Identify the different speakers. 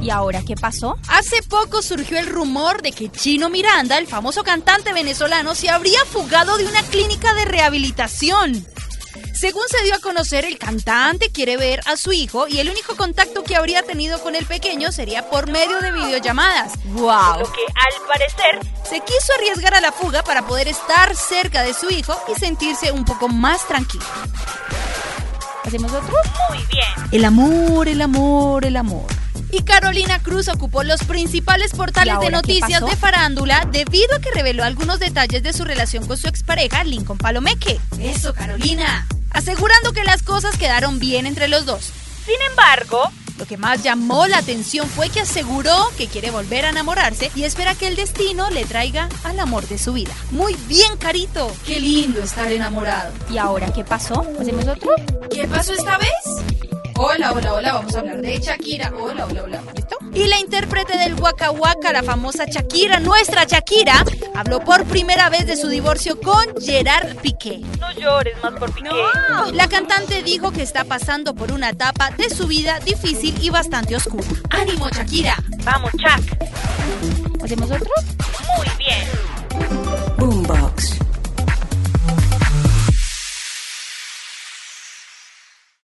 Speaker 1: ¿Y ahora qué pasó?
Speaker 2: Hace poco surgió el rumor de que Chino Miranda, el famoso cantante venezolano, se habría fugado de una clínica de rehabilitación. Según se dio a conocer, el cantante quiere ver a su hijo y el único contacto que habría tenido con el pequeño sería por medio de videollamadas.
Speaker 1: ¡Wow!
Speaker 2: Lo que al parecer se quiso arriesgar a la fuga para poder estar cerca de su hijo y sentirse un poco más tranquilo.
Speaker 1: ¿Hacemos otro?
Speaker 3: Muy bien.
Speaker 2: El amor, el amor, el amor. Y Carolina Cruz ocupó los principales
Speaker 1: ¿Y
Speaker 2: portales
Speaker 1: ahora
Speaker 2: de
Speaker 1: qué
Speaker 2: noticias
Speaker 1: pasó?
Speaker 2: de farándula debido a que reveló algunos detalles de su relación con su expareja Lincoln Palomeque. Eso, Carolina. Asegurando que las cosas quedaron bien entre los dos.
Speaker 3: Sin embargo,
Speaker 2: Lo que más llamó la atención fue que aseguró que quiere volver a enamorarse y espera que el destino le traiga al amor de su vida. Muy bien, Carito. Qué lindo estar enamorado.
Speaker 1: ¿Y ahora qué pasó? ¿Hacemos otro?
Speaker 2: ¿Qué pasó esta vez? Hola, hola, hola, vamos a hablar de Shakira. Hola, hola, hola. ¿Listo? Y la intérprete del Waka Waka, la famosa Shakira, nuestra Shakira, habló por primera vez de su divorcio con Gerard Piqué.
Speaker 3: no llores más por Piqué.
Speaker 2: La cantante dijo que está pasando por una etapa de su vida difícil y bastante oscura. ¡Ánimo, Shakira!
Speaker 3: Vamos, Chuck.
Speaker 1: ¿Hacemos otro?
Speaker 3: Muy bien.